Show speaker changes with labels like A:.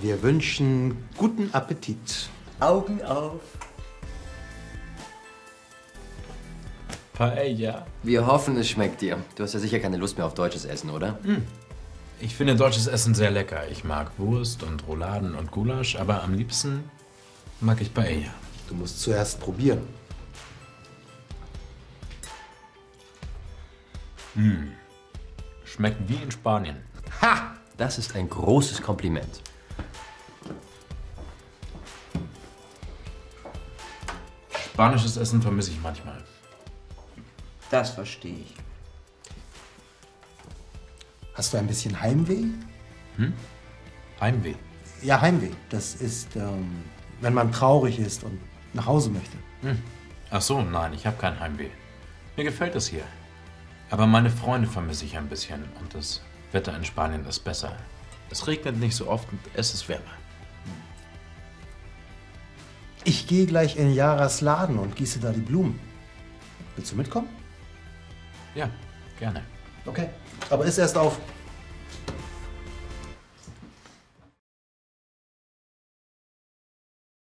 A: Wir wünschen guten Appetit.
B: Augen auf.
C: Paella.
B: Wir hoffen, es schmeckt dir. Du hast ja sicher keine Lust mehr auf deutsches Essen, oder?
D: Hm.
C: Ich finde deutsches Essen sehr lecker. Ich mag Wurst und Rouladen und Gulasch, aber am liebsten mag ich Paella.
A: Du musst zuerst probieren.
C: Schmeckt wie in Spanien.
B: Ha! Das ist ein großes Kompliment.
C: Spanisches Essen vermisse ich manchmal.
D: Das verstehe ich.
A: Hast du ein bisschen Heimweh?
C: Heimweh.
A: Ja, Heimweh. Das ist, ähm, wenn man traurig ist und nach Hause möchte.
C: Ach so, nein, ich habe kein Heimweh. Mir gefällt es hier. Aber meine Freunde vermisse ich ein bisschen und das Wetter in Spanien ist besser. Es regnet nicht so oft und es ist wärmer.
A: Ich gehe gleich in Jaras Laden und gieße da die Blumen. Willst du mitkommen?
C: Ja, gerne.
A: Okay. Aber ist erst auf.